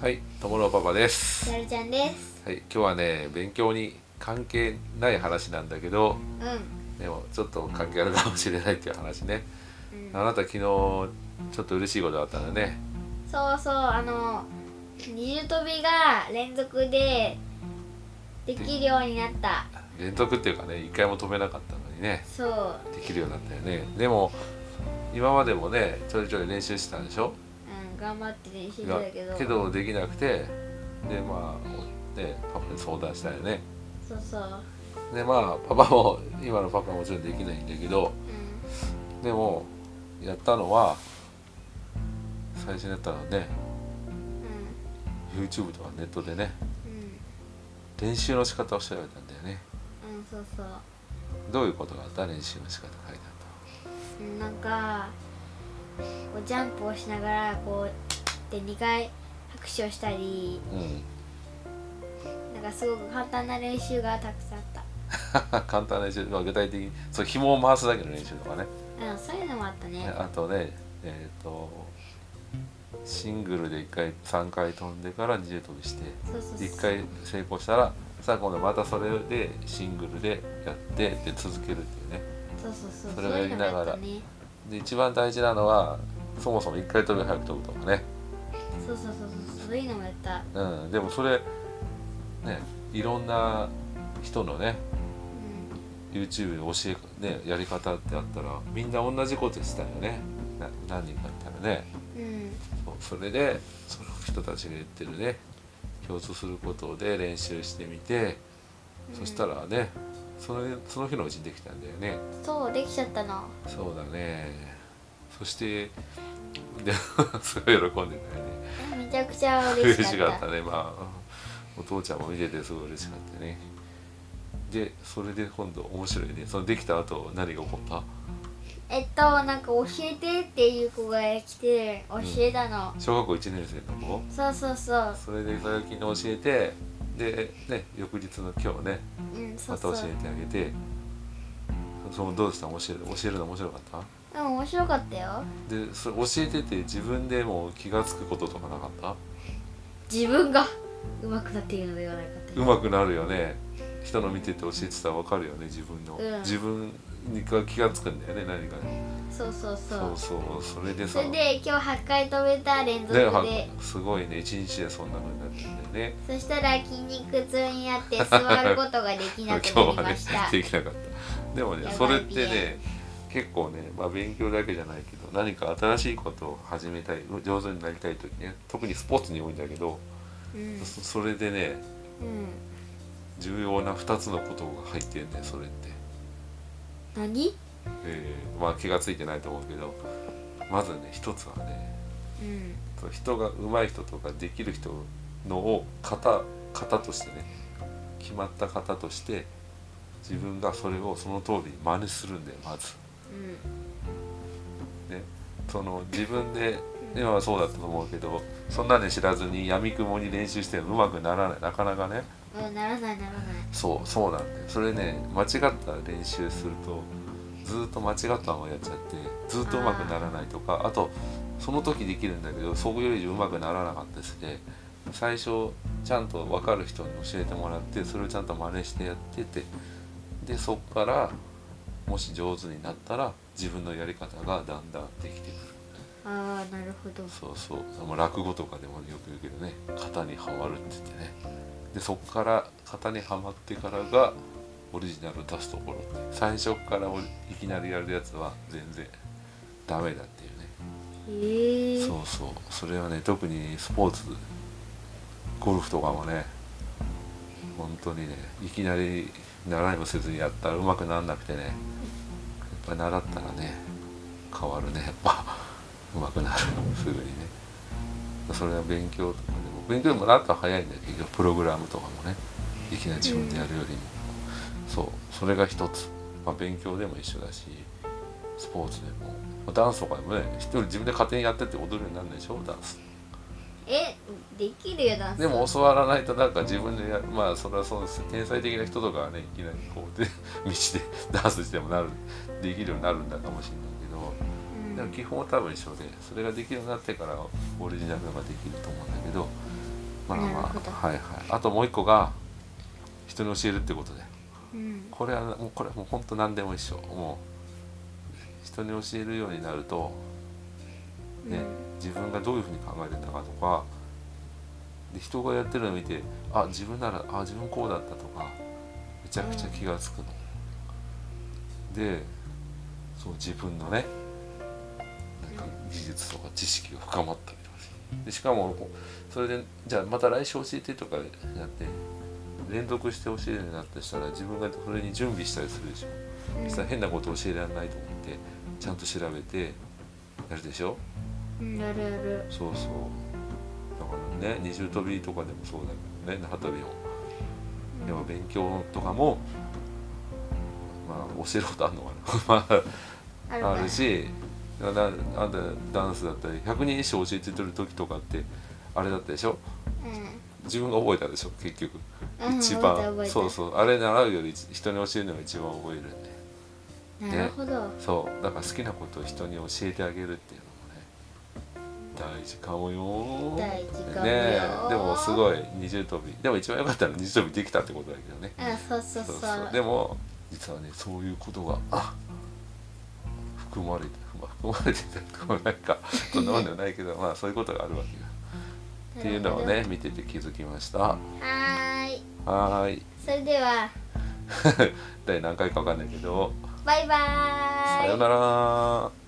はい、ともろパパです。なるちゃんです。はい、今日はね、勉強に関係ない話なんだけど、うん。でもちょっと関係あるかもしれないっていう話ね。うんあなた昨日ちょっと嬉しいことあったんだね。そうそう、あの、二重跳びが連続でできるようになった。連続っていうかね、一回も止めなかったのにね、そう。できるようになったよね。でも今までもね、ちょいちょい練習してたんでしょ。うん、頑張って練習してがたけど。けどできなくて、でまあね、パパに相談したよね。そうそう。でまあパパも今のパパはもちろんできないんだけど。うん。でもやったのは最初にやったのはね YouTube とかネットでねう練習の仕方を調べたんだよねん。うん。うん、そうそう。どういうことがあった練習の仕方書いてうんなんか、こうジャンプをしながら、こう、で2回拍手をしたりあ、ったうん なんかすごく簡単な練習がたくさんあった。簡単な練習、まあ、具体的にそう紐を回すだけの練習とかねうん、そういうのもあったね。あとねえっ、とシングルで1回3回飛んでから二重跳びしてそうそうそう。 1回成功したらさあ今度またそれでシングルでやってで続けるっていうねそうそうそう。それをやりながらそういうのもあったねで一番大事なのはそもそも1回跳び早く跳ぶとかね、そうそうそうそうそういうのもやった、うん、でもそれねいろんな人のねう YouTube で教え、ね、やり方ってあったらみんな同じことしたよねな何人かいたらねんうん、そうそれでその人たちが言ってるね共通することで練習してみてそしたらねそのその日のうちにできたんだよねそうできちゃったのそうだねそしてで すごい喜んでたよねめちゃくちゃ嬉嬉ししかかったったねまあお父ちゃんも見ててすごい嬉しかったねでそれで今度面白いねそのできた後何が起こったえっとなんか教えてっていう子が来て教えたの、小学校1年生の子そうそうそうそれでそれを昨日教えてでね翌日の今日ねうんそまうたそう教えてあげてそのどうでした教える教えるの面白かっうん面白かったよたでそれ教えてて自分でもう気が付くこととかなかった自分が上手くなっているのではないかっていう上手くなるよね人の見てて教えてたら分かるよね自分の、うん自分にが気が付くんだよね何かねそうそうそうそうそうそれでそされで今日8回止めた連続ねで、はすごいね一日でそんな風になったんだよねそしたら筋肉痛にな って座ることができ今な日くなりはねました、できなかった でもやねばいそれってね結構ね、まあ、勉強だけじゃないけど何か新しいことを始めたい上手になりたい時ね特にスポーツに多いんだけど、うんそそれでねうん重要な2つのことが入ってんねそれって、何えーまあ気が付いてないと思うけどまずね1つはねうんそう人が上手い人とかできる人のを型型としてね決まった型として自分がそれをその通りに真似するんだよまず。うんね、その自分で今はそうだったと思うけどそんなに知らずにやみくもに練習してもうまくならないなかなかねうん、ならないならないそうそうなんだよそれね間違った練習するとずっと間違ったままやっちゃってずっとうまくならないとかあとその時できるんだけどそこよりうまくならなかったですね最初ちゃんと分かる人に教えてもらってそれをちゃんと真似してやっててでそっからもし上手になったら自分のやり方がだんだんできてくるああなるほどそうそうもう落語とかでもよく言うけどね型にはまるって言ってねでそこから型にはまってからがオリジナルを出すところって最初からオリいきなりやるやつは全然ダメだっていうねへえそうそうそれはね特にスポーツゴルフとかもね本当にねいきなり習いもせずにやったらうまくならなくてねやっぱ習ったらね変わるねやっぱうまくなるすぐにねそれは勉強とかでも勉強でもなったら早いんだけどプログラムとかもねいきなり自分でやるよりも、そうそれが一つ、まあ、勉強でも一緒だしスポーツでもまあダンスとかでもね一人自分で勝手にやってって踊るようになるんでしょダンスえできるよダンスでも教わらないとなんか自分でやるまあそれはそうです天才的な人とかはねいきなりこうで 道でダンスしてもなるできるようになるんだかもしれないけうんどでも基本は多分一緒でそれができるようになってからオリジナルができると思うんだけどまあなるまほどあはいはいあともう一個が人に教えるってことでうんこれはもうこれはもう本当何でも一緒もう人に教えるようになるとね、自分がどういうふうに考えてたかとかで人がやってるのを見てあ自分ならあ自分こうだったとかめちゃくちゃ気が付くの。でそう自分のねなんか技術とか知識が深まったりとかするでしかもこうそれでじゃあまた来週教えてとかやって連続して教えるようになったりしたら自分がそれに準備したりするでしょ。うんそしたら変なことを教えられないと思ってちゃんと調べてやるでしょ。うんやるやるそうそうだからね二重跳びとかでもそうだけどね縄跳びもでも勉強とかもまあ教えることあるのかな あまああねるしだからあんたダンスだったり100人一首教えてる時とかってあれだったでしょ自分が覚えたでしょ結局うん一うん覚えた番覚えたそうそうあれ習うより人に教えるのが一番覚えるんでうんなるほどそうだから好きなことを人に教えてあげるっていうのもね大事かもよ大事かもよねえでもすごい二重跳びでも一番良かったのは二重跳びできたってことだけどねあそうそうそうでも実はねそういうことがあ含まれてまあ含まれてた含まれな いかそんなもんではないけどまあそういうことがあるわけよっていうのをなるね見てて気づきましたほどはーいはーい それでは第何回かわかんないけどバイバーイさよなら